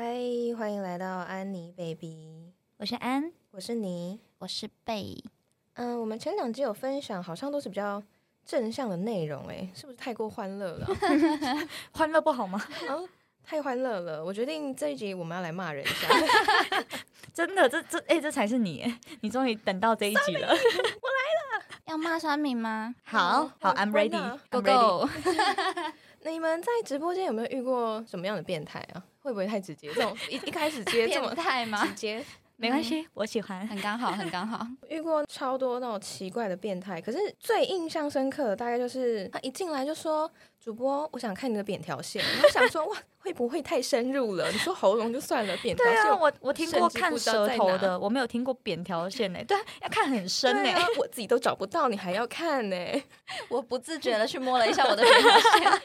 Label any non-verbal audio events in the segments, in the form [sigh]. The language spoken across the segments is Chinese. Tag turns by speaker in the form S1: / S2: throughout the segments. S1: 欢迎来到安妮 baby，
S2: 我是安，
S1: 我是你。
S2: 我是贝。
S1: 嗯、我们前两集有分享，好像都是比较正向的内容、诶，是不是太过欢乐 [laughs] 了啊？
S2: 欢乐不好吗？ [laughs]
S1: 啊太欢乐了！我决定这一集我们要来骂人一 [laughs] 下。
S2: 真的，这这哎、这才是你耶， [laughs] 你终于等到这一集了。
S3: 要骂酸民 [laughs] 吗？
S2: [laughs] 好好
S1: 嗯
S2: ，I'm
S1: 关啊
S2: ready，Go go。
S1: 你们在直播间有没有遇过什么样的变态啊？会不会太直接？这种一一开始接这么 [laughs]
S3: 变 [laughs] 态吗
S1: 直？接，
S2: 没关系，我喜欢。
S3: 很刚好，很刚好。
S1: 遇过超多那种奇怪的变态，可是最印象深刻的大概就是呃他一进来就说：“主播，我想看你的扁条线。”我想说，哇，会不会太深入了？你说喉咙就算了，扁条
S2: 对
S1: 线
S2: 啊，我我听过
S1: 甚至不
S2: 看
S1: 知道
S2: 舌
S1: 在
S2: 头
S1: 哪
S2: 的，我没有听过扁条线呢。对啊，要看很深
S1: 对
S2: 呢。
S1: 啊，我自己都找不到，你还要看欸呢、
S3: [laughs] 我不自觉的去摸了一下 [laughs] 我的鼻线，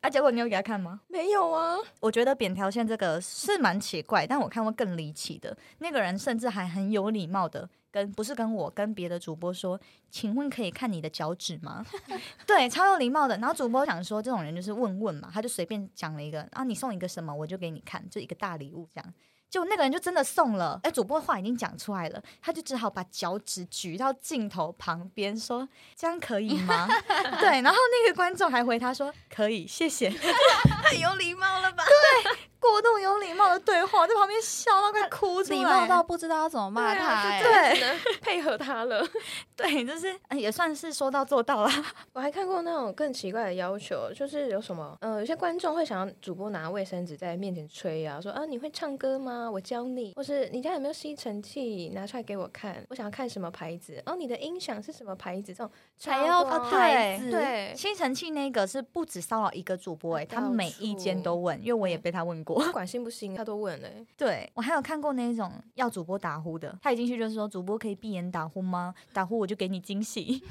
S2: 啊，结果你有给他看吗？
S1: 没有啊，
S2: 我觉得扁条线这个是蛮奇怪，但我看过更离奇的。那个人甚至还很有礼貌的跟不是跟我跟别的主播说：“请问可以看你的脚趾吗？” [laughs] 对，超有礼貌的。然后主播想说这种人就是问问嘛，他就随便讲了一个，然、后你送一个什么我就给你看，就一个大礼物这样。就那个人就真的送了，哎，主播话已经讲出来了，他就只好把脚趾举到镜头旁边说：“这样可以吗？” [laughs] 对，然后那个观众还回他说：“可以，谢谢。”
S3: 太 [laughs] 有礼貌了吧？
S2: 过度有礼貌的对话，我在旁边笑到快哭出来，
S3: 礼貌到不知道要怎么骂他、哎
S2: 对
S1: 只能配合他了。
S2: 对，就是呃也算是说到做 [laughs] 到了。
S1: 我还看过那种更奇怪的要求，就是有什么，呃，有些观众会想要主播拿卫生纸在面前吹啊，说啊你会唱歌吗？我教你，或是你家有没有吸尘器，拿出来给我看，我想要看什么牌子，哦你的音响是什么牌子，这种
S3: 还要啊
S1: 超多
S3: 牌子，
S1: 对，
S2: 吸尘器那个是不止骚扰一个主播、欸，他
S1: 到
S2: 每
S1: 处
S2: 一间都问，因为我也被他问过。
S1: 不管信不信他都问嘞、
S2: [laughs] 对我还有看过那种要主播打呼的，他一进去就是说主播可以闭眼打呼吗？打呼我就给你惊 [laughs] 喜。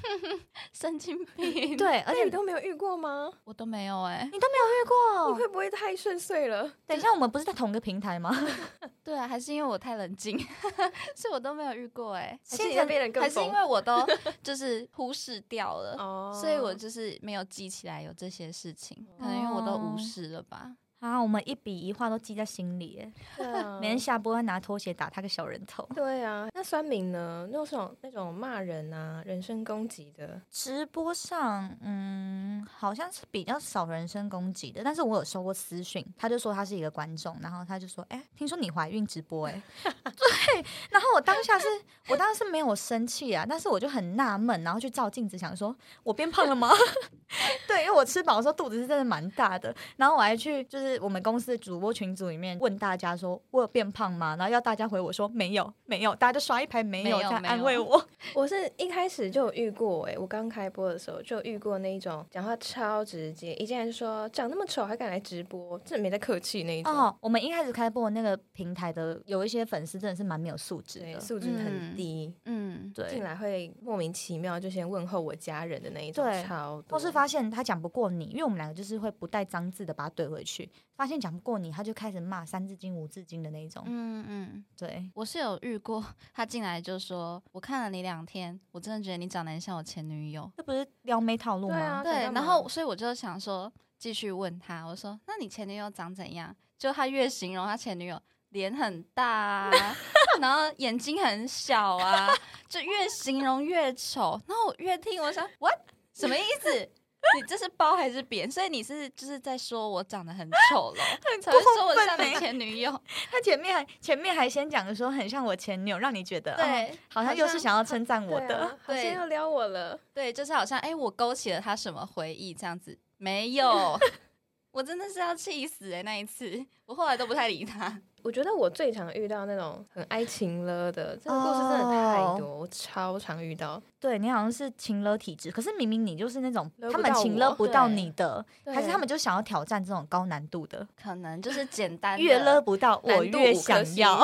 S3: 神经病，
S2: 对，而
S1: 而
S2: 且
S1: 且你
S2: 你
S1: 都没有遇过吗？
S3: 我都没有哎、
S1: 你
S3: 哦
S2: 都过。
S1: 会不会太顺遂了？
S2: 等一下，我们不是在同一个平台吗？ [laughs]
S3: 对啊，还是因为我太冷静， [laughs] 所以我都没有遇过哎、
S1: 还是你在被人跟
S3: 还是
S1: 风
S3: 因？为我 [laughs] 都就是忽视掉了，
S1: 哦
S3: 所以我就是没有记起来有这些事情，可能因为我都无视了吧。
S2: 啊，我们一笔一画都记在心里、欸，
S1: 对啊
S2: 每天下播要拿拖鞋打他个小人头。
S1: 对啊，那酸民呢？那种那种骂人啊、人身攻击的，
S2: 直播上，嗯，好像是比较少人身攻击的，但是我有收过私讯，他就说他是一个观众，然后他就说，哎、听说你怀孕直播、
S3: [laughs]
S2: 哎，对，然后我当下是，我当时是没有生气啊，但是我就很纳闷，然后去照镜子想说，我变胖了吗？ [laughs] 对，因为我吃饱的时候肚子是真的蛮大的，然后我还去就是我们公司的主播群组里面问大家说，我有变胖吗？然后要大家回我说没有，没有，大家就刷一排没有，
S3: 没有
S2: 在
S3: 没
S2: 安
S3: 有
S2: 慰我。
S1: 我是一开始就有遇过哎、我刚开播的时候就遇过那一种讲话超直接，一进来就说长那么丑还敢来直播，这没在客气那一种，
S2: 哦，我们一开始开播那个平台的有一些粉丝真的是蛮没有素质
S1: 对，
S2: 的，
S1: 素质很低，
S3: 嗯，
S1: 进
S2: 对，
S1: 来会莫名其妙就先问候我家人的那一种，
S2: 对
S1: 超多。
S2: 或是发现他讲不过你，因为我们两个就是会不带脏字的把他怼回去，发现讲不过你，他就开始骂三字经、五字经的那一种，
S3: 嗯嗯，
S2: 对。
S3: 我是有遇过，他进来就说：“我看了你两天，我真的觉得你长得很像我前女友。
S2: 这不是撩妹套路
S1: 对啊
S2: 吗？
S1: 长得
S3: 对，
S1: 像
S3: 然
S1: 吗
S3: 后所以我就想说继续问他，我说：“那你前女友长怎样？”就他越形容他前女友脸很大啊， [laughs] 然后眼睛很小啊，就越形容越丑。然后我越听，我想 what 什么意思？你这是褒还是贬？所以你是就是在说我长得很丑
S2: [laughs]
S3: 咯，才会说我
S2: 过分
S3: 像你
S2: 欸
S3: 前女
S2: [laughs]
S3: 友。
S2: [laughs] 他前面还前面还先讲说很像我前女友，让你觉得哦
S3: 对，
S2: 好像又是想要称赞我
S1: 对
S2: 的，
S1: 啊，好像
S3: 对
S1: 要撩我了，
S3: 对，就是好像哎、我勾起了他什么回忆这样子，没 [laughs] 有，我真的是要气死哎、那一次，我后来都不太理他。
S1: 我觉得我最常遇到那种很爱情了的，这个故事真的
S2: 哦
S1: 太多我超常遇到。
S2: 对你好像是情勒体质，可是明明你就是那种
S1: 勒不
S2: 他们
S1: 到
S2: 情
S1: 我
S2: 勒不到
S3: 对
S2: 你的，
S1: 对
S2: 还是他们就想要挑战这种高难度的，
S3: [laughs] 可能就是简单
S2: 越
S3: 的
S2: 勒不到我
S1: 难度
S2: 越
S1: 五颗
S2: 想
S1: 星
S2: 要。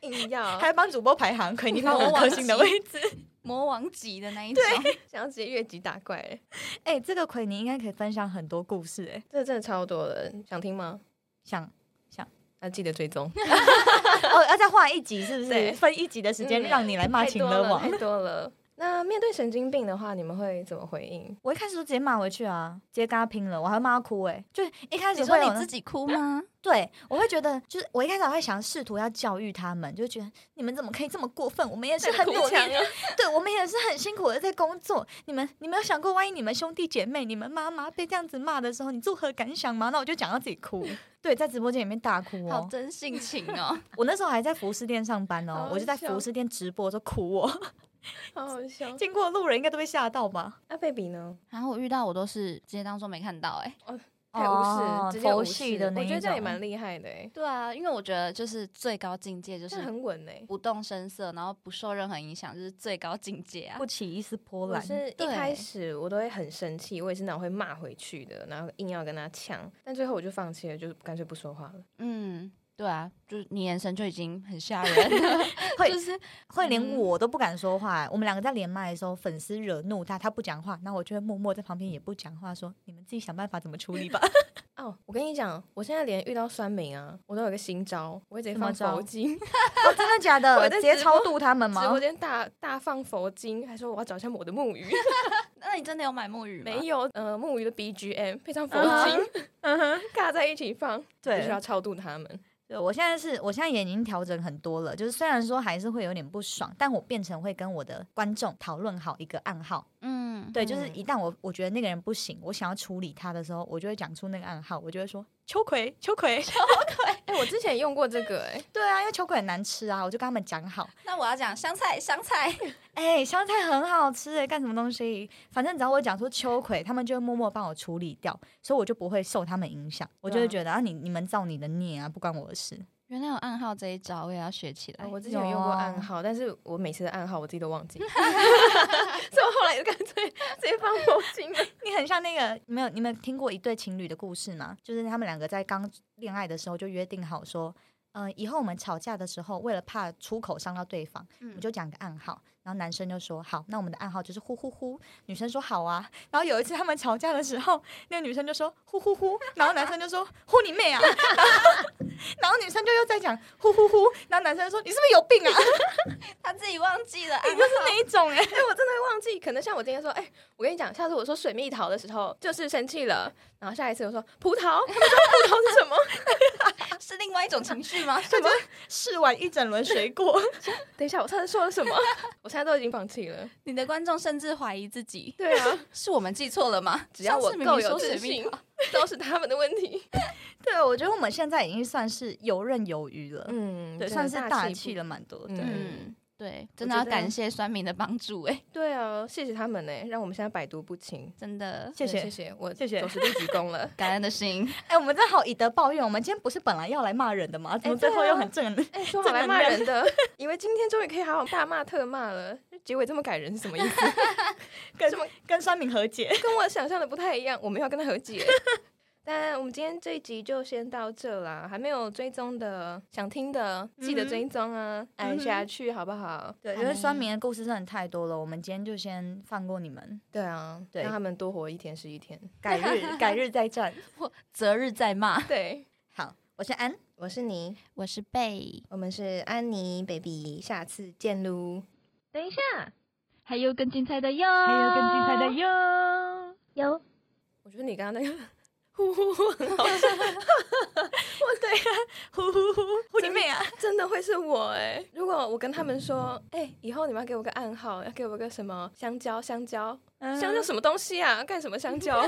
S1: 硬要
S2: 还帮主播排行，可以你放
S3: 魔
S2: 五
S3: 王
S2: 颗星的
S3: 级
S2: 位置。
S3: [laughs] 魔王级的那一种， [laughs]
S1: 想要直接越级打
S2: [laughs]
S1: 怪、欸
S2: 哎、这个奎你应该可以分享很多故事、哎，
S1: 这真的超多的，想听吗？
S2: [laughs] 想
S1: 那、记得追踪，
S2: 哦，要再画一集是不
S1: 对
S2: 是？分一集的时间
S1: 嗯
S2: 让你来骂
S1: 太
S2: 情
S1: 多
S2: 勒
S1: 了，
S2: 王 [laughs]
S1: 太。多了。那面对神经病的话，你们会怎么回应？
S2: 我一开始就直接骂回去啊，直接跟他拼了，我还骂他哭哎、就是一开始
S3: 你
S2: 会
S3: 说
S2: 有
S3: 你
S2: 那
S3: 自己哭吗？
S2: 对，我会觉得就是我一开始还会想试图要教育他们，就觉得你们怎么可以这么过分？我们也是很
S1: 哭
S2: 努力
S1: 腔啊，
S2: [laughs] 对我们也是很辛苦的在工作。你们你们有想过，万一你们兄弟姐妹、你们妈妈被这样子骂的时候，你作何感想吗？那我就讲到自己哭，对，在直播间里面大哭
S3: 好
S2: 哦。
S3: 真性情哦，
S2: 我那时候还在服饰店上班
S1: 好
S2: 哦，
S1: 好
S2: 我就在
S1: 笑
S2: 服饰店直播就哭哦， [laughs]
S1: 好好笑。
S2: 经过路人应该都被吓到吧？
S1: 那贝比呢？
S3: [laughs] 然后我遇到我都是直接当做没看到哎、
S1: 太无视，
S2: 哦
S1: 直接
S2: 佛
S1: 无
S2: 系
S1: 视
S2: 的那
S1: 我
S2: 一
S1: 觉得这样也
S2: 种。
S1: 蛮厉害的哎，
S3: 对啊，因为我觉得就是最高境界就
S1: 这样
S3: 是
S1: 很稳哎。
S3: 不动声色，然后不受任何影响，就是最高境界啊
S2: 不。起一丝波
S1: 我
S2: 澜，
S1: 是一
S3: 对
S1: 开始我都会很生气，我也是那种会骂回去的，然后硬要跟他呛，但最后我就放弃了，就干脆不说话了。
S3: 嗯，对啊，就是你眼神就已经很吓 [laughs] 人了，
S2: 会
S3: [laughs] 就是
S2: 会连
S3: 嗯
S2: 我都不敢说话、我们两个在连麦的时候，粉丝惹怒他，他不讲话，那我就会默默在旁边也不讲话，说你们自己想办法怎么处理吧。
S1: 哦，我跟你讲，我现在连遇到酸民啊，我都有一个新招，我会直接
S2: 什么
S1: 放
S2: 招
S1: 佛经，
S2: [laughs] 哦真的假的 [laughs]
S1: 我？
S2: 直
S1: 在
S2: 接
S1: 直
S2: 超
S1: 播
S2: 度他们
S1: 直播
S2: 吗？
S1: 间大大放佛经，还说我要找一下我的木鱼，
S3: 那你真的有买木鱼吗？
S1: 没有，呃，木鱼的 BGM 配上佛
S2: 嗯
S1: 经， [laughs] 尬在一起放，必须
S2: 对
S1: 要，超度他们。
S2: 对我现在是我现在也已经调整很多了，就是虽然说还是会有点不爽，但我变成会跟我的观众讨论好一个暗号。
S3: 嗯，
S2: 对，就是
S1: 嗯
S2: 一旦我我觉得那个人不行，我想要处理他的时候，我就会讲出那个暗号，我就会说秋葵，秋
S1: [laughs]
S2: 葵。 [laughs]
S1: 哎、我之前也用过这个、哎，
S2: 对啊，因为秋葵很难吃啊，我就跟他们讲好。
S3: 那我要讲香菜，香菜，
S2: 哎、香菜很好吃哎，干什么东西？反正只要我讲出秋葵，他们就会默默帮我处理掉，所以我就不会受他们影响。我就会觉得啊，你你们造你的孽啊，不关我的事。
S3: [laughs] 原来有暗号这一招，我也要学起来。
S1: 啊我之前有用过暗
S2: 哎有啊
S1: 号，但是我每次的暗号我自己
S2: [laughs]
S1: 都忘记， [laughs] 所以我后来就干脆 [laughs] 直接放佛经了。
S2: 你很像那个，你没有你们听过一对情侣的故事吗？就是他们两个在刚恋爱的时候就约定好说，呃，以后我们吵架的时候，为了怕出口伤到对方，我
S3: 嗯
S2: 们就讲个暗号。然后男生就说好，那我们的暗号就是呼呼呼。女生说好啊。然后有一次他们吵架的时候，那个女生就说呼呼呼，然后男生就说呼你妹啊。 [laughs] 然后然后女生就又在讲呼呼呼，然后男生就说你是不是有病啊？
S3: [laughs] 他自己忘记 [laughs] 了，
S2: 你就是哪一种哎、
S1: 哎、我真的会忘记，可能像我今天说，哎、我跟你讲，下次我说水蜜桃的时候，就是生气了，然后下一次我说葡萄，他 [laughs] 们说葡萄是什么？
S3: 是另外一种情绪 [laughs] 吗？
S2: 就试完一整轮水果。
S1: 等一下，我上次说了
S2: [laughs]
S1: 什么？我现在都已经放弃了。
S3: 你的观众甚至怀疑自己，
S1: 对啊，
S3: 是我们记错了吗？
S1: 只要我
S3: 上次明明
S1: 够有
S3: 说
S1: 自
S3: 水蜜
S1: 信
S3: 桃，
S1: [laughs] 都是他们的问题。
S2: 对，我觉得我们现在已经算是游刃有余了，
S1: 嗯
S2: 对，算是大气
S1: 了。
S2: 了蛮多。
S1: 嗯
S2: 对，
S3: 嗯，对，真
S1: 我
S3: 的
S1: 觉
S3: 要
S1: 得
S3: 感谢酸民的帮助、哎，
S1: 对啊，谢谢他们呢、让我们现在百毒不侵。
S3: 真的，
S2: 谢
S1: 对
S2: 谢
S1: 谢。谢，我
S2: 谢谢
S1: 走十地鞠躬了。
S3: 感恩的心，
S2: 哎，我们真好以德报怨，我们今天不是本来要来骂人的吗？怎么最后又很正能？
S1: [laughs] 哎、说好
S2: 正
S1: 来
S2: 能
S1: 骂
S2: 量
S1: 人的，以为今天终于可以好好大骂特骂了，结尾这么感人是什么意思？
S2: 跟
S1: 什么
S2: 跟酸民和解？
S1: 跟我想象的不太一样，我们要跟他和解。但我们今天这一集就先到这啦，还没有追踪的、想听的，记得
S2: 嗯哼
S1: 追踪啊，按下去好不好？
S2: 对，因为酸民的故事真的太多了，我们今天就先放过你们，
S1: 对啊，
S2: 对
S1: 让他们多活一天是一天。
S2: [laughs]
S1: [laughs]
S2: 改日改日再战。
S3: 我择日再骂。
S1: 对，
S2: [laughs] 好，我是安，
S1: 我是你，
S3: 我是贝，
S1: 我们是安妮 baby，下次见喽。等一下，
S4: 还有更精彩的哟，还有更精彩的
S3: [laughs]
S4: 哟。
S1: 我觉得你刚刚那个呼呼呼很好笑，我对啊，
S2: 呼呼呼，呼你妹啊！
S1: [laughs] 真的会是我哎、如果我跟他们说，哎、以后你们要给我个暗号，要给我个什么香蕉，香蕉，香蕉
S2: 嗯
S1: 什么东西啊？干什么香蕉？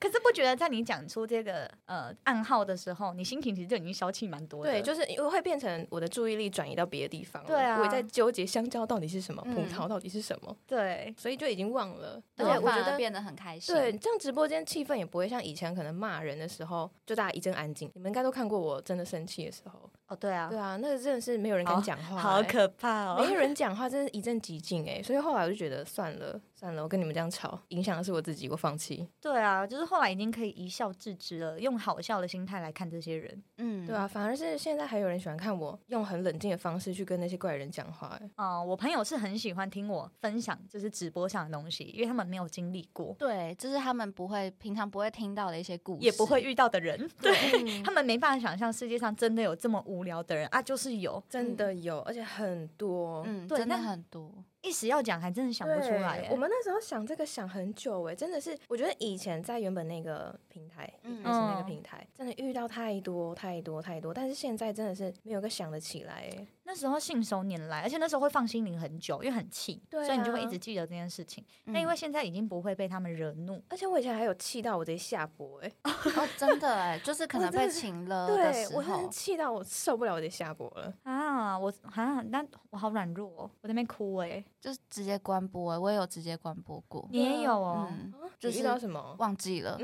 S2: 可是不觉得在你讲出这个呃暗号的时候，你心情其实就已经消气蛮多的。
S1: [laughs] 对，就是因为会变成我的注意力转移到别的地方了。
S2: 对啊
S1: 我也在纠结香蕉到底是什么，
S3: 嗯
S1: 葡萄到底是什么，
S2: 对，
S1: 所以就已经忘了。而
S3: 而
S1: 且
S3: 且
S1: 我
S3: 我
S1: 觉
S3: 觉
S1: 得
S3: 得。变得很开心。
S1: 对，，这样直播间气氛也不会像以前可能骂人的时候，就大家一阵安静。你们应该都看过我真的生气的时候，
S2: 哦对啊
S1: 对，啊，那个真的是没有人敢
S2: 好
S1: 讲话、
S2: 好
S1: 欸
S2: 可怕哦。
S1: 没有人讲话，真是一阵寂静哎，所以后来我就觉得算了算了，我跟你们这样吵，影响的是我自己，我放弃。
S2: 对啊，就是后来已经可以一笑置之了，用好笑的心态来看这些人
S3: 嗯，
S1: 对啊，反而是现在还有人喜欢看我用很冷静的方式去跟那些怪人讲话哎。
S2: 啊、我朋友是很喜欢听我分享，就是直播上的东西，因为他们没有经历过，
S3: 对，这是他们不会平常不会听到的一些故事，
S2: 也不会遇到的人，对
S1: 嗯 [laughs]
S2: 他们没办法想象世界上真的有这么无聊的人啊，就是有。
S1: 真的有，而且很多。
S3: 嗯，
S2: 对
S3: 真的
S2: 那
S3: 很多。
S2: 一时要讲还真的想不出
S1: 对
S2: 来耶。欸
S1: 我们那时候想这个想很久哎、真的是，我觉得以前在原本那个平台，
S3: 嗯
S1: 嗯，是那个
S2: 嗯
S1: 平台，真的遇到太多太多太多，但是现在真的是没有一个想得起来哎、
S2: 那时候信手拈来，而且那时候会放心里很久，因为很气，
S1: 对啊
S2: 所以你就会一直记得这件事情。
S3: 嗯
S2: 但因为现在已经不会被他们惹怒，
S1: 而且我以前还有气到我直接下播哎、
S3: 哦，真的哎，
S1: [laughs]
S3: 就是可
S1: 我
S3: 能
S1: 真的
S3: 被
S1: 是
S3: 请了的
S1: 对
S3: 哦时
S1: 我真
S3: 候
S1: 的，气到我受不了，我得下播了。
S2: 啊，我啊，那我好软弱哦，我在那边哭哎、
S3: 就是直接关播哎，我也有直接关播过，
S2: 你也有哦，
S3: 嗯，
S1: 啊
S3: 就
S1: 你
S3: 是
S1: 遇到什么？
S3: 忘记
S1: [laughs]
S3: 了，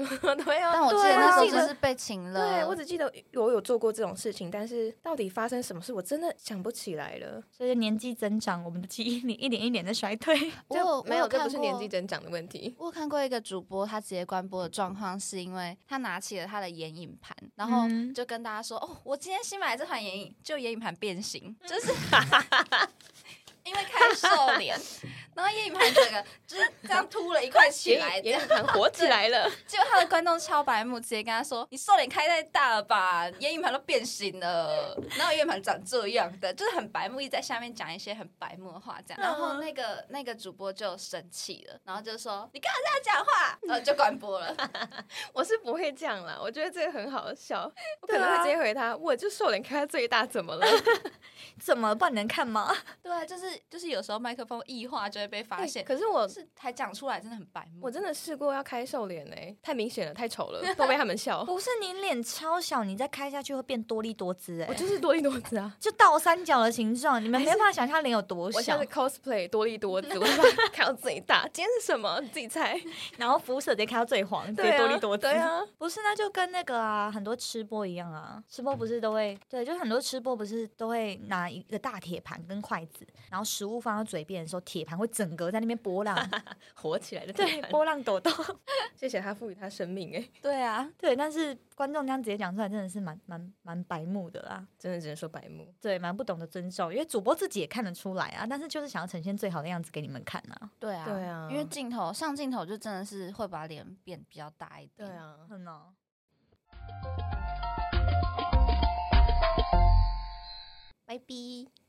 S1: 对啊，
S3: 但我记得
S1: 对啊
S3: 那时候
S1: 记
S3: 就
S1: 得
S3: 是被请了，
S1: 对我只记得我有做过这种事情，但是到底发生什么事，我真的想不起来了。
S2: 随着年纪增长，我们的记忆力一点一点在衰退。 [laughs]
S3: 我
S1: 这
S3: 有
S1: 没有，
S3: 我
S1: 这
S3: 看
S1: 不是年
S3: 过
S1: 纪增长的问
S3: [laughs]
S1: 题。
S3: 我有看过一个主播，他直接关播的状况是因为他拿起了他的眼影盘，然后
S2: 嗯
S3: 就跟大家说：“哦，我今天新买这款眼影，就眼影盘变形，就是
S1: [laughs]
S3: [laughs] 因为开始瘦脸，然后眼影盘 [laughs] 整个就是这样凸了一块起
S1: 眼
S3: 来。
S1: 影
S3: 这样
S1: 眼影盘火起来了，
S3: 结果他的观众超白目，直接跟他说：‘你瘦脸开太大了吧，眼影盘都变形了，然后眼影盘长这样的，就是很白目，一直在下面讲一些很白目的话，这样。’然后那个那个主播就生气了，然后就说：‘你干嘛这样讲话？’呃，就关播 [laughs] 了。
S1: [laughs] 我是不会这样啦，我觉得这个很好笑，我
S3: 对
S1: 可能
S3: 啊
S1: 会直接回他，我就瘦脸开到最大，怎么了？
S2: 怎么办？你能看吗？
S3: 对啊，就是就是有时候麦克风异化就会被 [laughs] 发现，
S1: 欸可是我
S3: 是还讲出哎来真的很白目。
S1: 我真的试过要开瘦脸哎、太明显了，太丑了，都被他们
S3: [laughs]
S1: 笑。
S2: 不是你脸超小，你再开下去会变多利多姿哎、
S1: 我就是多利多姿啊，
S2: 就倒三角的形状，你们没办法想象脸有多
S1: 我下
S2: 小
S1: 次。cosplay 多利
S3: [laughs]
S1: 多姿，我就把它开到最大。今天是什么？你自己猜。
S2: 然后肤色得开到最黄，直
S1: 对
S2: 接
S1: 啊
S2: 多利多姿。
S1: 对 [laughs] 啊，
S2: 不是，那就跟那个啊，很多吃播一样啊，吃播不是都会对，就是很多吃播不是都会拿一个大铁盘跟筷子，然后食物放到嘴边的时候，铁盘会整个在那边波浪， [laughs]
S1: 火起来的
S2: 对
S1: 对，，
S2: 波浪抖动，
S1: 谢谢他赋予他生命哎、
S3: 对啊，
S2: [laughs] 对。但是观众这样直接讲出来，真的是蛮蛮蛮白目的啦，
S1: 真的只能说白目。
S2: 对，蛮不懂得尊重，因为主播自己也看得出来啊，但是就是想要呈现最好的样子给你们看啊，
S3: 对啊，
S1: 对啊
S3: 因为镜头上镜头就真的是会把脸变比较大一点。，
S1: 啊，
S2: 嗯哦。
S3: 拜拜。